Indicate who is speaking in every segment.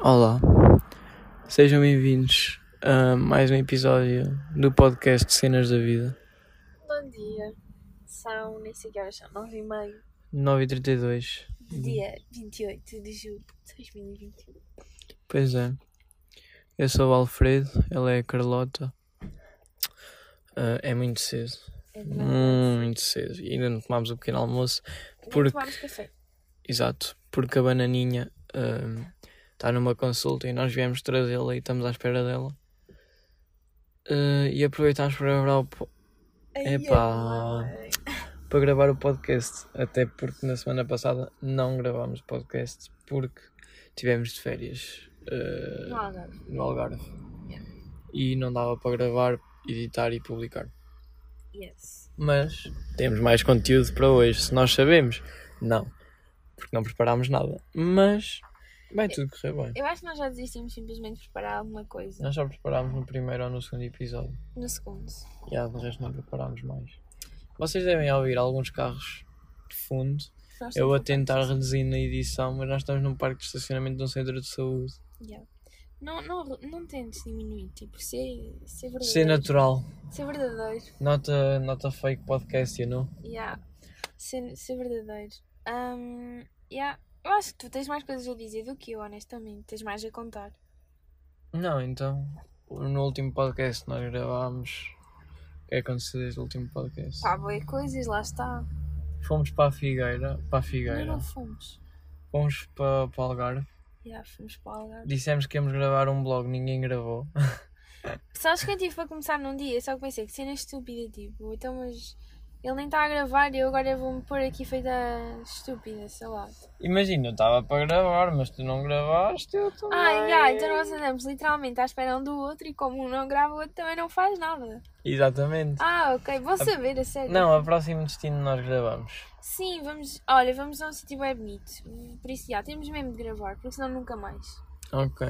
Speaker 1: Olá, sejam bem-vindos a mais um episódio do podcast Cenas da Vida,
Speaker 2: Bom dia. São, nem sei que horas são, 9 e meio
Speaker 1: 9h32.
Speaker 2: do dia 28 de julho de 2021.
Speaker 1: Pois é, eu sou o Alfredo, ela é a Carlota. Ah, é muito cedo,
Speaker 2: É
Speaker 1: Hum, muito cedo, e ainda não tomámos o pequeno almoço,
Speaker 2: Porque...
Speaker 1: porque,
Speaker 2: Tomámos café.
Speaker 1: exato, porque a bananinha está numa consulta e nós viemos trazê-la e estamos à espera dela. Ah, e aproveitámos para gravar o, po-
Speaker 2: Ai,
Speaker 1: Epá.
Speaker 2: ai.
Speaker 1: para gravar o podcast, até porque na semana passada não gravámos o podcast porque tivemos de férias eh,
Speaker 2: Não há nada.
Speaker 1: no Algarve
Speaker 2: Yeah.
Speaker 1: e não dava para gravar, editar e publicar.
Speaker 2: Yes.
Speaker 1: Mas temos mais conteúdo para hoje, se nós sabemos, não, porque não preparámos nada, mas vai tudo correr bem.
Speaker 2: Eu acho que nós já desistimos simplesmente de preparar alguma coisa
Speaker 1: Nós já preparámos no primeiro ou no segundo episódio.
Speaker 2: no segundo.
Speaker 1: E há, de resto não preparámos mais. Vocês devem ouvir alguns carros de fundo
Speaker 2: Nós
Speaker 1: Eu a
Speaker 2: temos-
Speaker 1: tentar reduzir na edição, mas nós estamos num parque de estacionamento de um centro de saúde.
Speaker 2: Yeah. Não, não, não tentes diminuir, tipo, ser, ser verdadeiro.
Speaker 1: Ser natural.
Speaker 2: Ser verdadeiro.
Speaker 1: Nota, nota fake podcast, you know?
Speaker 2: Yeah. Ser, ser verdadeiro. Um, yeah. Eu acho que tu tens mais coisas a dizer do que eu, honestamente. Tens mais a contar.
Speaker 1: Não, então. No último podcast que nós gravámos. O que é que aconteceu desde o último podcast?
Speaker 2: Pá, boé coisas, lá está.
Speaker 1: Fomos para a Figueira. Para a
Speaker 2: Não,
Speaker 1: Figueira.
Speaker 2: não fomos.
Speaker 1: Fomos para, para o Algarve.
Speaker 2: Já fomos para o Algarve.
Speaker 1: Dissemos que íamos gravar um blog, ninguém gravou.
Speaker 2: Sabes que eu tive para começar num dia, só que pensei que cena estúpida, tipo, então, mas ele nem está a gravar e eu agora vou-me pôr aqui feita estúpida, sei lá.
Speaker 1: Imagina, eu estava para gravar, mas tu não gravaste, eu também.
Speaker 2: Ah, já, então nós andamos literalmente à espera um do outro e como um não grava, o outro também não faz nada.
Speaker 1: Exatamente.
Speaker 2: Ah, ok, vou saber, a sério.
Speaker 1: Não, a próximo destino nós gravamos.
Speaker 2: Sim, vamos, olha, vamos a um sítio bem bonito. Por isso, já, temos mesmo de gravar, porque senão nunca mais.
Speaker 1: Ok.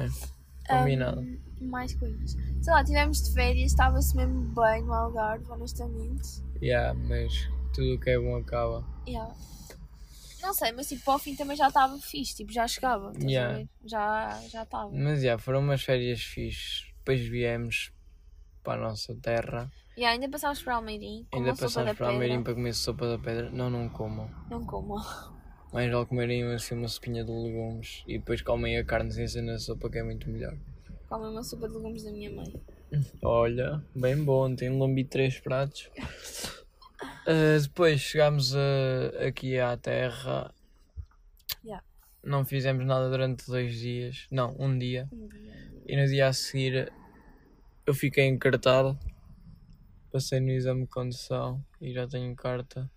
Speaker 1: Combinado.
Speaker 2: Ahm, mais coisas. Sei lá, tivemos de férias, estava-se mesmo bem no Algarve, honestamente.
Speaker 1: Yeah, mas tudo o que é bom acaba.
Speaker 2: Yeah. Não sei, mas tipo, ao fim também já estava fixe, tipo, já chegava, estás a
Speaker 1: Yeah.
Speaker 2: ver? Já já estava.
Speaker 1: Mas yeah, foram umas férias fixes. Depois viemos para a nossa terra.
Speaker 2: E ainda passámos para Almeirim, como
Speaker 1: Ainda
Speaker 2: Ainda sopa
Speaker 1: passámos
Speaker 2: da
Speaker 1: para Almeirim
Speaker 2: pedra.
Speaker 1: para comer sopa da pedra. Não, não comam.
Speaker 2: Não como.
Speaker 1: Mais vale comerem assim uma sopinha de legumes e depois comem a carne sem ser na sopa que é muito melhor.
Speaker 2: Como uma sopa de legumes da minha mãe.
Speaker 1: Olha, bem bom, tem lombi três pratos. Ah, depois chegámos a- aqui à terra.
Speaker 2: Yeah.
Speaker 1: Não fizemos nada durante dois dias. Não, um dia.
Speaker 2: Um dia.
Speaker 1: E no dia a seguir eu fiquei encartado. Passei no exame de condução e já tenho carta.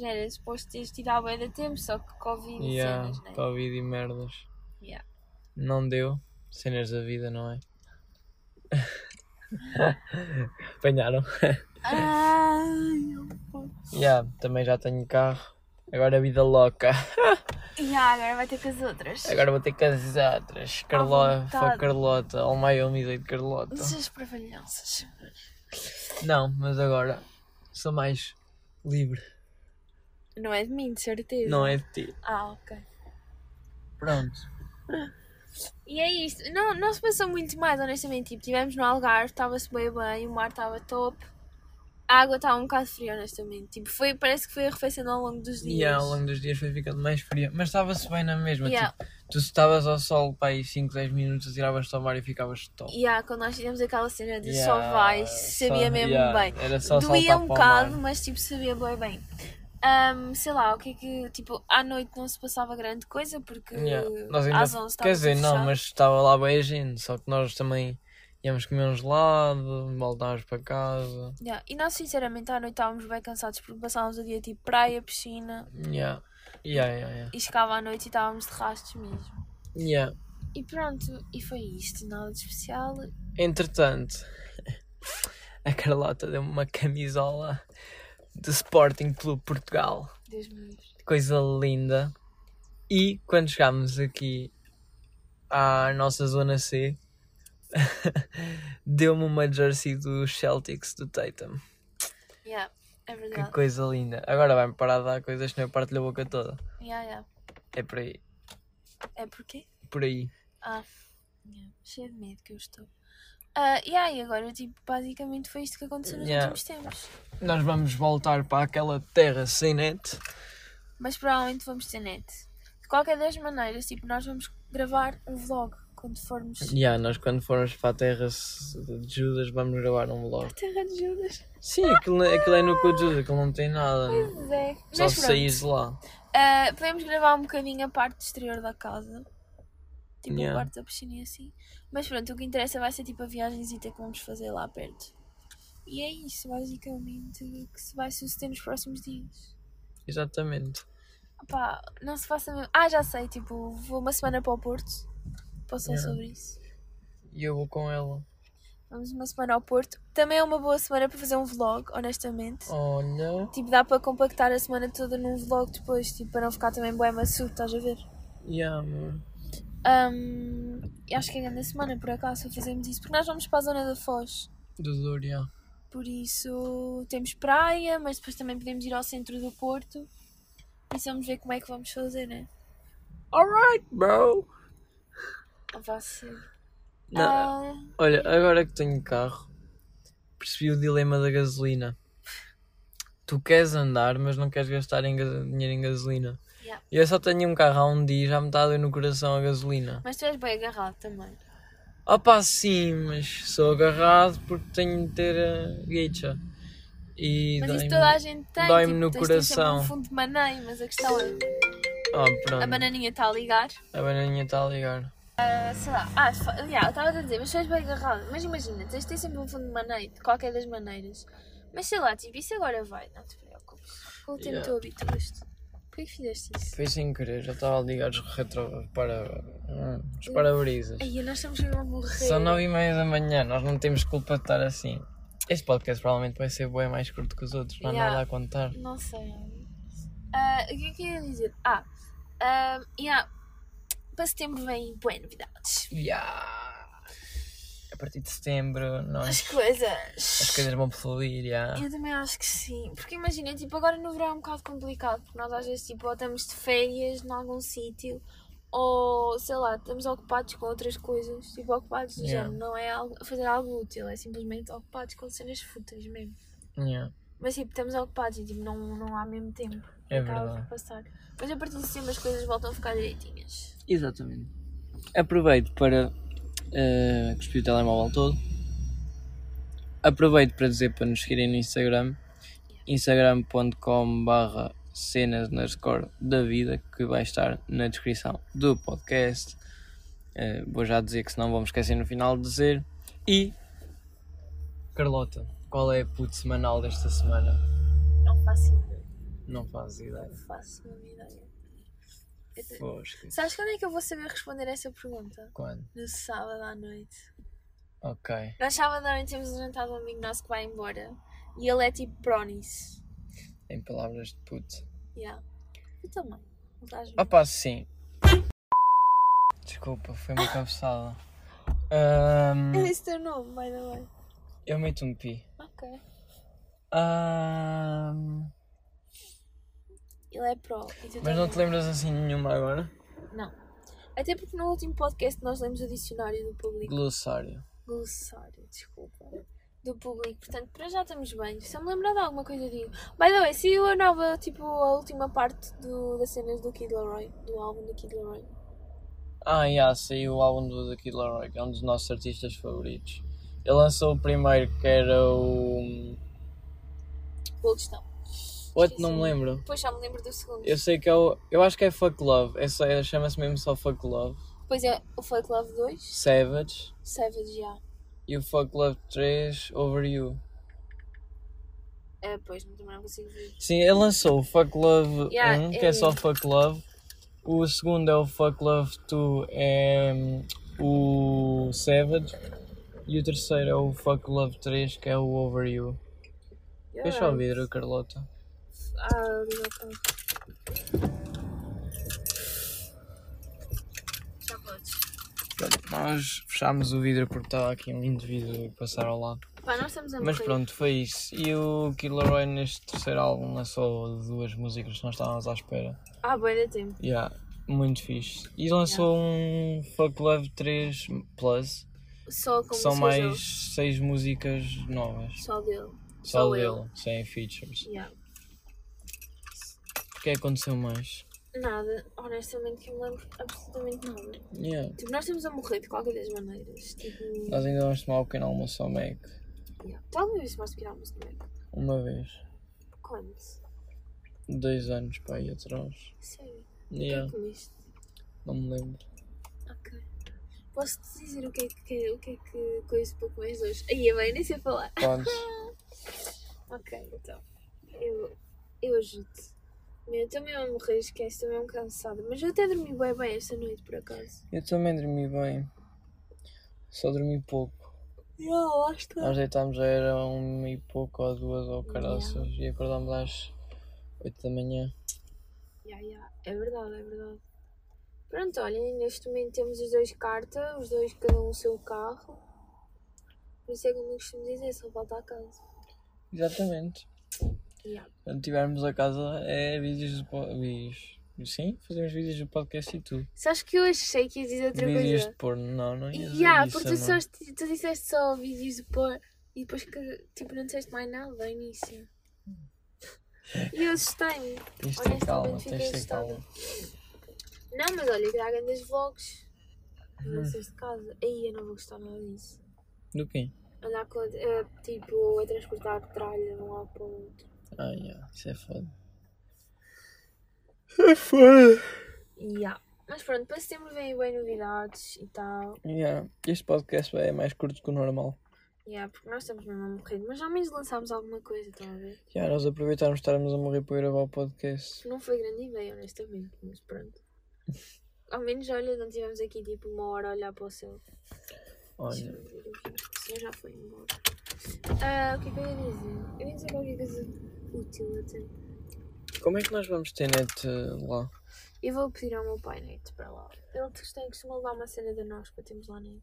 Speaker 2: Já era suposto teres tirado bem da tempo, só que Covid
Speaker 1: E
Speaker 2: e
Speaker 1: há
Speaker 2: cenas, né?
Speaker 1: Covid e merdas.
Speaker 2: Yeah.
Speaker 1: Não deu. Cenas da vida, não é? Apanharam.
Speaker 2: Ai, eu posso.
Speaker 1: Yeah, também já tenho carro. Agora a vida louca.
Speaker 2: E ah, agora vai ter com as outras.
Speaker 1: Agora vou ter que casar outras. Carlota,
Speaker 2: vontade.
Speaker 1: Carlota. Oh my homie de Carlota.
Speaker 2: Essas prevalhanças.
Speaker 1: Não, mas agora sou mais livre.
Speaker 2: Não é de mim, de certeza.
Speaker 1: Não é de ti.
Speaker 2: Ah, ok.
Speaker 1: Pronto.
Speaker 2: E é isto. Não, não se passou muito mais, honestamente. Tipo, estivemos no Algarve, estava-se bem bem, o mar estava top. A água estava um bocado fria, honestamente. Tipo, foi, parece que foi arrefecendo ao longo dos dias.
Speaker 1: E ao longo dos dias foi ficando mais fria. Mas estava-se bem na mesma.
Speaker 2: Yeah.
Speaker 1: Tipo, tu se estavas ao sol para aí 5, 10 minutos, tiravas-te ao mar e ficavas top.
Speaker 2: E há, quando nós tivemos aquela cena de
Speaker 1: Yeah,
Speaker 2: só vai, sabia
Speaker 1: só-
Speaker 2: mesmo
Speaker 1: yeah,
Speaker 2: bem.
Speaker 1: Era só
Speaker 2: Doía
Speaker 1: saltar para
Speaker 2: um
Speaker 1: o mar.
Speaker 2: bocado, mas tipo, sabia bem bem. Ahm, sei lá, o que é que. Tipo, à noite não se passava grande coisa porque
Speaker 1: Yeah. Nós ainda-
Speaker 2: às 11 estava
Speaker 1: Quer dizer,
Speaker 2: tudo
Speaker 1: não,
Speaker 2: fechado.
Speaker 1: mas estava lá bem a gente. Só que nós também íamos comer um gelado, voltávamos para casa.
Speaker 2: Yeah. E nós, sinceramente, à noite estávamos bem cansados porque passávamos o dia tipo praia, piscina
Speaker 1: Yeah. Yeah, yeah, yeah.
Speaker 2: e chegava à noite e estávamos de rastos mesmo.
Speaker 1: Yeah.
Speaker 2: E pronto, e foi isto, nada de especial.
Speaker 1: Entretanto, a Carlota deu-me uma camisola do Sporting Clube Portugal.
Speaker 2: Deus me livre.
Speaker 1: coisa linda. E quando chegámos aqui à nossa zona C, deu-me uma jersey dos Celtics do Tatum.
Speaker 2: Yeah, é
Speaker 1: Que
Speaker 2: verdade.
Speaker 1: coisa linda. Agora vai-me parar de dar coisas, senão eu parto-lhe a boca toda.
Speaker 2: Yeah, yeah.
Speaker 1: É por aí.
Speaker 2: É porque?
Speaker 1: Por aí.
Speaker 2: Ah, yeah. cheio de medo que eu estou. Ah, yeah, e agora, tipo, basicamente foi isto que aconteceu nos
Speaker 1: Yeah.
Speaker 2: últimos tempos.
Speaker 1: Nós vamos voltar para aquela terra sem net.
Speaker 2: Mas provavelmente vamos ter net. De qualquer das maneiras, tipo, nós vamos gravar um vlog quando formos
Speaker 1: Já, nós quando formos para a terra se- de Judas vamos gravar um vlog.
Speaker 2: à Terra de Judas.
Speaker 1: Sim, aquilo, aquilo é no cu de Judas, aquilo não tem nada.
Speaker 2: Pois é.
Speaker 1: Só
Speaker 2: Mas
Speaker 1: se
Speaker 2: pronto.
Speaker 1: saís de lá.
Speaker 2: Ah, podemos gravar um bocadinho a parte exterior da casa. Tipo,
Speaker 1: Yeah.
Speaker 2: a parte da piscina e assim. Mas pronto, o que interessa vai ser tipo a viagenzita que vamos fazer lá perto. E é isso, basicamente, o que se vai suceder nos próximos dias.
Speaker 1: Exatamente.
Speaker 2: Pá, não se faça mesmo. Ah, já sei, tipo, vou uma semana para o Porto. Posso falar
Speaker 1: Yeah.
Speaker 2: sobre isso.
Speaker 1: E eu vou com ela.
Speaker 2: Vamos uma semana ao Porto. Também é uma boa semana para fazer um vlog, honestamente.
Speaker 1: Oh. Olha.
Speaker 2: Tipo, dá para compactar a semana toda num vlog depois, tipo, para não ficar também bué maçudo, estás a ver?
Speaker 1: Yeah, amor.
Speaker 2: Ahm, e acho que é grande semana, por acaso, fazemos isso. Porque nós vamos para a zona da Foz.
Speaker 1: Do Douro, yeah.
Speaker 2: Por isso, temos praia, mas depois também podemos ir ao centro do Porto. E vamos ver como é que vamos fazer, né?
Speaker 1: Alright, bro.
Speaker 2: Vai ser.
Speaker 1: Não,
Speaker 2: Ah,
Speaker 1: Olha, agora que tenho carro, percebi o dilema da gasolina. Tu queres andar, mas não queres gastar em gas- dinheiro em gasolina.
Speaker 2: Yeah.
Speaker 1: E Eu só tenho um carro há um dia e já me está a doer no coração a gasolina.
Speaker 2: mas tu és bem agarrado também.
Speaker 1: Opa, sim, mas sou agarrado porque tenho de ter a guicha. E
Speaker 2: Mas isso
Speaker 1: dói-me-
Speaker 2: toda a gente tem.
Speaker 1: dói-me
Speaker 2: tipo,
Speaker 1: no
Speaker 2: tens de ter sempre
Speaker 1: coração.
Speaker 2: um fundo de maneio, mas a questão é.
Speaker 1: Oh, pronto.
Speaker 2: A bananinha está a ligar.
Speaker 1: A bananinha está a ligar.
Speaker 2: Ah, sei lá. Ah, fa- yeah, eu estava a dizer, mas tu és bem agarrado. Mas imagina, tens de ter sempre um fundo de maneio, de qualquer das maneiras. Mas sei lá, tipo, isso agora vai, não te preocupes. Com o tempo
Speaker 1: Yeah.
Speaker 2: tu habituaste. Por que fizeste isso?
Speaker 1: Foi sem querer, já estava a ligar os retro para hum, os para-brisas.
Speaker 2: Ai, nós estamos mesmo a morrer.
Speaker 1: São nove e meia da manhã, nós não temos culpa de estar assim. Este podcast provavelmente vai ser bem mais curto que os outros, não há
Speaker 2: Yeah.
Speaker 1: nada a contar.
Speaker 2: Não sei. Ah, o que é que eu ia dizer? Ah, ah, yeah, para setembro vem boas novidades.
Speaker 1: Yeah. A partir de setembro nós,
Speaker 2: As coisas.
Speaker 1: as coisas vão fluir. Yeah.
Speaker 2: Eu também acho que sim. Porque imagina, tipo, agora no verão é um bocado complicado, porque nós às vezes tipo, ou estamos de férias em algum sítio, ou sei lá, estamos ocupados com outras coisas, tipo, ocupados do
Speaker 1: Yeah.
Speaker 2: género, não é algo, fazer algo útil, é simplesmente ocupados com cenas fúteis mesmo.
Speaker 1: Yeah.
Speaker 2: Mas tipo, estamos ocupados e tipo, não, não há mesmo tempo.
Speaker 1: É
Speaker 2: Acaba por
Speaker 1: verdade.
Speaker 2: Passar. Mas a partir de setembro as coisas voltam a ficar direitinhas.
Speaker 1: Exatamente. Aproveito para eh, cuspir o telemóvel todo. Aproveito para dizer para nos seguirem no Instagram, instagram.com barra cenas underscore da vida, que vai estar na descrição do podcast. Eh, vou já dizer que senão vamos esquecer no final de dizer. E Carlota, qual é a put semanal desta semana?
Speaker 2: Não faço ideia.
Speaker 1: Não faz ideia.
Speaker 2: Não faço uma ideia. Eu te-
Speaker 1: Fosca.
Speaker 2: Sabes quando é que eu vou saber responder essa pergunta?
Speaker 1: Quando?
Speaker 2: No sábado à noite.
Speaker 1: Ok.
Speaker 2: Nós sábado à noite temos um jantar de um amigo nosso que vai embora. E ele é tipo pronis.
Speaker 1: Em palavras de put.
Speaker 2: Yeah. Eu também. Não estás bem.
Speaker 1: Opa, sim. Desculpa, foi uma cabeçada. Ahm,
Speaker 2: É esse teu nome, by the way.
Speaker 1: eu meto um pi.
Speaker 2: Ok.
Speaker 1: Ahm,
Speaker 2: Ele é pro. E tu
Speaker 1: mas não te
Speaker 2: também.
Speaker 1: lembras assim de nenhuma agora?
Speaker 2: Não. Até porque no último podcast nós lemos o dicionário do público.
Speaker 1: Glossário.
Speaker 2: Glossário, desculpa. Do público. Portanto, para já estamos bem. Se eu me lembrar de alguma coisa, eu digo. By the way, saiu a nova, tipo, a última parte do, das cenas do Kid Laroi. Do álbum do Kid Laroi.
Speaker 1: Ah, já, saiu o álbum do The Kid Laroi, que é um dos nossos artistas favoritos. Ele lançou o primeiro, que era o...
Speaker 2: Vou questão.
Speaker 1: What? Não me lembro.
Speaker 2: Depois já me lembro do segundo.
Speaker 1: Eu sei que é o... Eu acho que é Fuck Love. É só- é- Chama-se mesmo só Fuck Love.
Speaker 2: Depois é o Fake Love 2.
Speaker 1: Savage.
Speaker 2: Savage, já.
Speaker 1: E o Fuck Love 3, Over You.
Speaker 2: É, pois, não, também não consigo ver.
Speaker 1: Sim, ele lançou o Fuck Love
Speaker 2: Yeah,
Speaker 1: 1, que é
Speaker 2: eu
Speaker 1: só
Speaker 2: vi.
Speaker 1: Fuck Love. O segundo é o Fuck Love 2, é hum, o Savage. E o terceiro é o Fuck Love 3, que é o Over You. Deixa eu ouvir o Carlota.
Speaker 2: Ah, obrigado. Já podes.
Speaker 1: Pronto, nós fechámos o vidro porque estava aqui um indivíduo a passar ao lado.
Speaker 2: Pá, nós estamos a morrer.
Speaker 1: Mas pronto, foi isso. E o Killeroy neste terceiro álbum lançou duas músicas que nós estávamos à espera.
Speaker 2: Ah, boa de tempo.
Speaker 1: Yeah, muito fixe. E lançou um Fuck Love 3 Plus,
Speaker 2: Só como
Speaker 1: que são
Speaker 2: seja
Speaker 1: mais
Speaker 2: ele.
Speaker 1: seis músicas novas.
Speaker 2: Só dele.
Speaker 1: Só,
Speaker 2: Só
Speaker 1: dele, sem features.
Speaker 2: Yeah.
Speaker 1: O que é que aconteceu mais?
Speaker 2: Nada, honestamente, que eu me lembro absolutamente nada.
Speaker 1: Yeah.
Speaker 2: Tipo, nós estamos a morrer de qualquer das maneiras. Tipo,
Speaker 1: Nós ainda vamos tomar o pequeno almoço ao Mac. Ah.
Speaker 2: yeah. talvez mais que almoço também.
Speaker 1: Uma vez.
Speaker 2: Quando?
Speaker 1: Dois anos para aí atrás.
Speaker 2: Sério?
Speaker 1: Yeah,
Speaker 2: O que é que comiste?
Speaker 1: não me lembro.
Speaker 2: Ok. Posso te dizer o que é que, o que, é que coisa para comeres hoje? Aí, bem, nem sei falar.
Speaker 1: Podes.
Speaker 2: Ok, então. Eu, eu ajudo-te. Meu, eu também a morrer, esquece, também um cansada. Mas eu até dormi bem bem esta noite, por acaso.
Speaker 1: Eu também dormi bem. Só dormi pouco.
Speaker 2: Já, lá está.
Speaker 1: Nós deitámos já era uma e pouco ou duas ou caraças. E acordámos às oito da manhã.
Speaker 2: Já, já. É verdade, é verdade. Pronto, olhem, neste momento temos os dois cartas, os dois cada um o seu carro. Por isso é que eu não costumo dizer, só falta a casa.
Speaker 1: Exatamente.
Speaker 2: Já.
Speaker 1: Quando tivermos a casa é vídeos do po- vídeos. Sim, fazemos vídeos do podcast e tudo.
Speaker 2: Sabes que eu achei que ia dizer outra
Speaker 1: Vídeos
Speaker 2: coisa?
Speaker 1: de porno, não, não ia dizer
Speaker 2: Ya,
Speaker 1: isso, é
Speaker 2: porque tu,
Speaker 1: amor.
Speaker 2: só, esti- tu disseste só vídeos de pôr e depois que tipo, não disseste mais nada ao início. E eu assustei-me.
Speaker 1: Tens de ter calma,
Speaker 2: honestamente fiquei
Speaker 1: tens de ter
Speaker 2: assustada.
Speaker 1: calma.
Speaker 2: Não, mas olha, que há grandes vlogs.
Speaker 1: Hum.
Speaker 2: Não sei de casa. Aí eu não vou gostar nada disso.
Speaker 1: Do quê?
Speaker 2: Andar com, a- eh, tipo, a transportar tralha de um lado para o outro.
Speaker 1: Ah, yeah, isso é foda. É foda.
Speaker 2: Ya. Mas pronto, para setembro vêm bem novidades e tal.
Speaker 1: Yeah. Este podcast é mais curto que o normal.
Speaker 2: Ya, porque nós estamos mesmo a morrer. Mas ao menos lançámos alguma coisa, estão a ver?
Speaker 1: Yeah, nós aproveitámos de estarmos a morrer para gravar o podcast.
Speaker 2: Não foi grande ideia, honestamente, mas pronto. Ao menos, olha, não tivemos aqui tipo uma hora a olhar para o céu. Deixa
Speaker 1: Olha,
Speaker 2: eu ver aqui. O senhor já foi embora. Ah, o que é que eu ia dizer? Eu ia dizer qualquer coisa útil assim. até.
Speaker 1: como é que nós vamos ter net eh, lá?
Speaker 2: Eu vou pedir ao meu pai net para lá. Ele costuma, costuma levar uma cena de nós para termos lá net.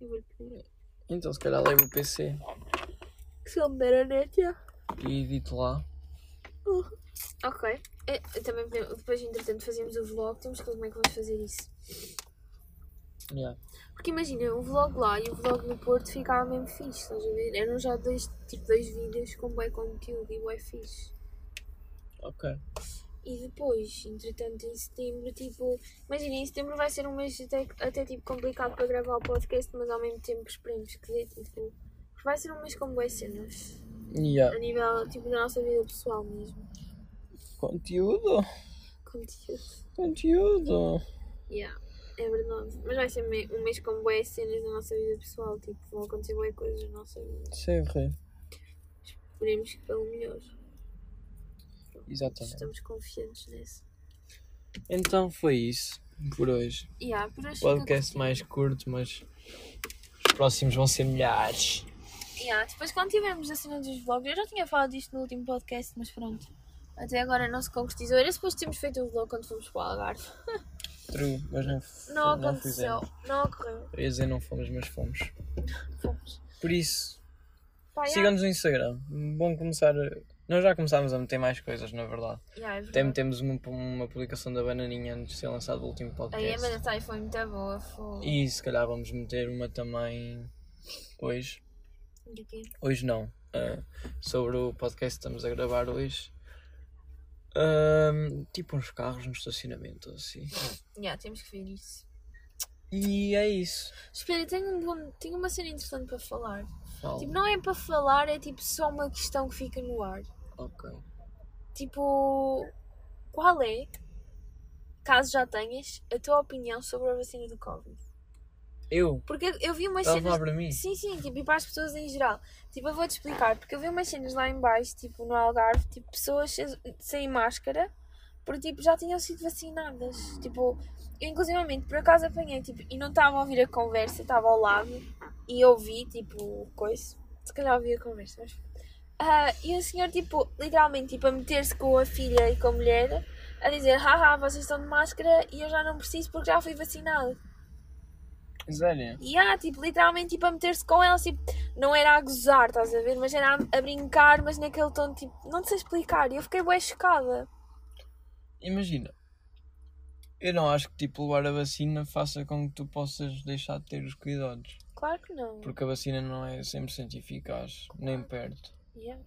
Speaker 2: Eu vou-lhe pedir.
Speaker 1: Então, se calhar levo o PC
Speaker 2: Que se ele me der a net, já.
Speaker 1: e edito lá.
Speaker 2: Ok. Eh, eu também podemos- depois, entretanto, fazemos o vlog. Temos que ver como é que vamos fazer isso.
Speaker 1: Yeah.
Speaker 2: Porque imagina, o vlog lá e o vlog no Porto ficava mesmo fixe, estás a ver? Eram já dois, tipo, dois vídeos com bem conteúdo e bem fixe.
Speaker 1: Ok.
Speaker 2: E depois, entretanto, em setembro, tipo, imagina, em setembro vai ser um mês até, até tipo complicado para gravar o podcast, mas ao mesmo tempo esperemos que dê, tipo, vai ser um mês com boas cenas, a
Speaker 1: Yeah.
Speaker 2: nível, tipo, da nossa vida pessoal mesmo,
Speaker 1: Conteúdo?
Speaker 2: conteúdo.
Speaker 1: Conteúdo!
Speaker 2: Yeah, é verdade. Mas vai ser me- um mês com boas cenas da nossa vida pessoal, tipo, vão acontecer boas coisas na nossa vida.
Speaker 1: Sempre.
Speaker 2: Esperemos que pelo melhor,
Speaker 1: Exatamente.
Speaker 2: estamos confiantes nisso.
Speaker 1: Então foi isso por hoje.
Speaker 2: Yeah, por hoje fica-
Speaker 1: Podcast mais curto, mas os próximos vão ser milhares.
Speaker 2: Yeah, depois quando tivermos a cena dos vlogs, eu já tinha falado disto no último podcast, mas pronto. Até agora não se concretizou. Era suposto termos feito um vlog quando fomos para o Algarve.
Speaker 1: True, mas não,
Speaker 2: Não, aconteceu.
Speaker 1: fizemos.
Speaker 2: Não ocorreu.
Speaker 1: Eu ia dizer não fomos, mas fomos.
Speaker 2: Fomos.
Speaker 1: Por isso,
Speaker 2: Pá,
Speaker 1: Sigam-nos no Instagram. Bom começar. a- Nós já começámos a meter mais coisas, na verdade.
Speaker 2: yeah, yeah, é
Speaker 1: Até
Speaker 2: verdade.
Speaker 1: metemos uma, uma publicação da bananinha antes de ser lançado o último
Speaker 2: A Emma
Speaker 1: podcast.
Speaker 2: da Thay foi muito boa. Foi.
Speaker 1: E se calhar vamos meter uma também hoje.
Speaker 2: De quê?
Speaker 1: Hoje não. Ah, sobre o podcast que estamos a gravar hoje. Ahm, tipo uns carros no estacionamento assim.
Speaker 2: Yeah, temos que ver isso.
Speaker 1: E é isso.
Speaker 2: Espera, tenho, um bom- tenho uma cena interessante para falar.
Speaker 1: Fala.
Speaker 2: Tipo, não é para falar, é tipo só uma questão que fica no ar.
Speaker 1: Ok.
Speaker 2: Tipo, qual é, caso já tenhas, a tua opinião sobre a vacina do Covid?
Speaker 1: Eu?
Speaker 2: Porque eu- eu vi umas
Speaker 1: Estava a falar
Speaker 2: cenas.
Speaker 1: para mim?
Speaker 2: Sim, sim, tipo, e para as pessoas em geral. Tipo, eu vou-te explicar, porque eu vi umas cenas lá em baixo, tipo, no Algarve, tipo, pessoas sem- sem máscara, porque, tipo, já tinham sido vacinadas. Tipo, eu, inclusivamente, por acaso apanhei, tipo, e não estava a ouvir a conversa, estava ao lado, e ouvi, tipo, coisa. Se calhar ouvi a conversa, mas... Ah, e o senhor, tipo, literalmente, tipo, a meter-se com a filha e com a mulher, a dizer, haha, vocês estão de máscara e eu já não preciso porque já fui vacinado.
Speaker 1: Sério?
Speaker 2: ah, E há, tipo, literalmente, tipo, a meter-se com elas, tipo, não era a gozar, estás a ver? Mas era a, a brincar, mas naquele tom tipo, não sei explicar. E eu fiquei bem chocada.
Speaker 1: Imagina, eu não acho que tipo levar a vacina faça com que tu possas deixar de ter os cuidados.
Speaker 2: Claro que não.
Speaker 1: Porque a vacina não é 100% eficaz, nem perto.
Speaker 2: Yeah.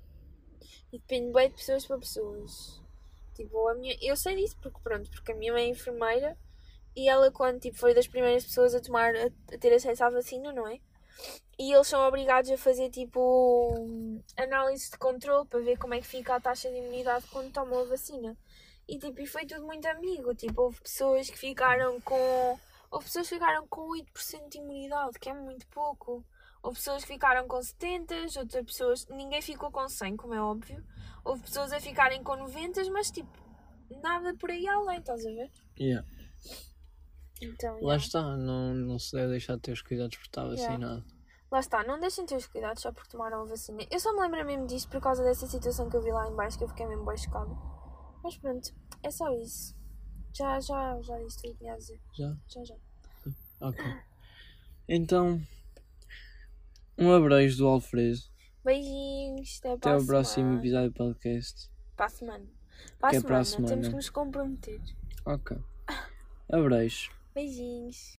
Speaker 2: E depende bem de pessoas para pessoas. Tipo, a minha, eu sei disso porque pronto, porque a minha mãe é enfermeira e ela quando tipo, foi das primeiras pessoas a tomar a, a ter acesso à vacina, não é? E eles são obrigados a fazer tipo análise de controle para ver como é que fica a taxa de imunidade quando tomam a vacina. E tipo, e foi tudo muito amigo, tipo, houve pessoas que ficaram com houve pessoas que ficaram com 8% de imunidade, que é muito pouco. Houve pessoas que ficaram com 70, outras pessoas. Ninguém ficou com 100, como é óbvio. Houve pessoas a ficarem com 90, mas tipo, nada por aí além, estás a ver?
Speaker 1: Yeah.
Speaker 2: Então,
Speaker 1: Lá
Speaker 2: yeah.
Speaker 1: está, não, não se deve deixar de ter os cuidados por estar
Speaker 2: Yeah.
Speaker 1: vacinado.
Speaker 2: Lá está, não deixem ter os cuidados só porque tomaram a vacina. Eu só me lembro mesmo disto por causa dessa situação que eu vi lá em baixo, que eu fiquei mesmo bem chocada. Mas pronto, é só isso. Já, já, já disse tudo o que tinha a dizer.
Speaker 1: Já?
Speaker 2: Já, já.
Speaker 1: Ok. Então, um abraço do Alfredo.
Speaker 2: Beijinhos, até,
Speaker 1: Até
Speaker 2: para
Speaker 1: o
Speaker 2: a
Speaker 1: próximo
Speaker 2: semana.
Speaker 1: episódio do podcast.
Speaker 2: Para a semana. Para a,
Speaker 1: Que é
Speaker 2: semana.
Speaker 1: para a semana.
Speaker 2: temos que nos comprometer.
Speaker 1: Ok. Abraço.
Speaker 2: Beijinhos.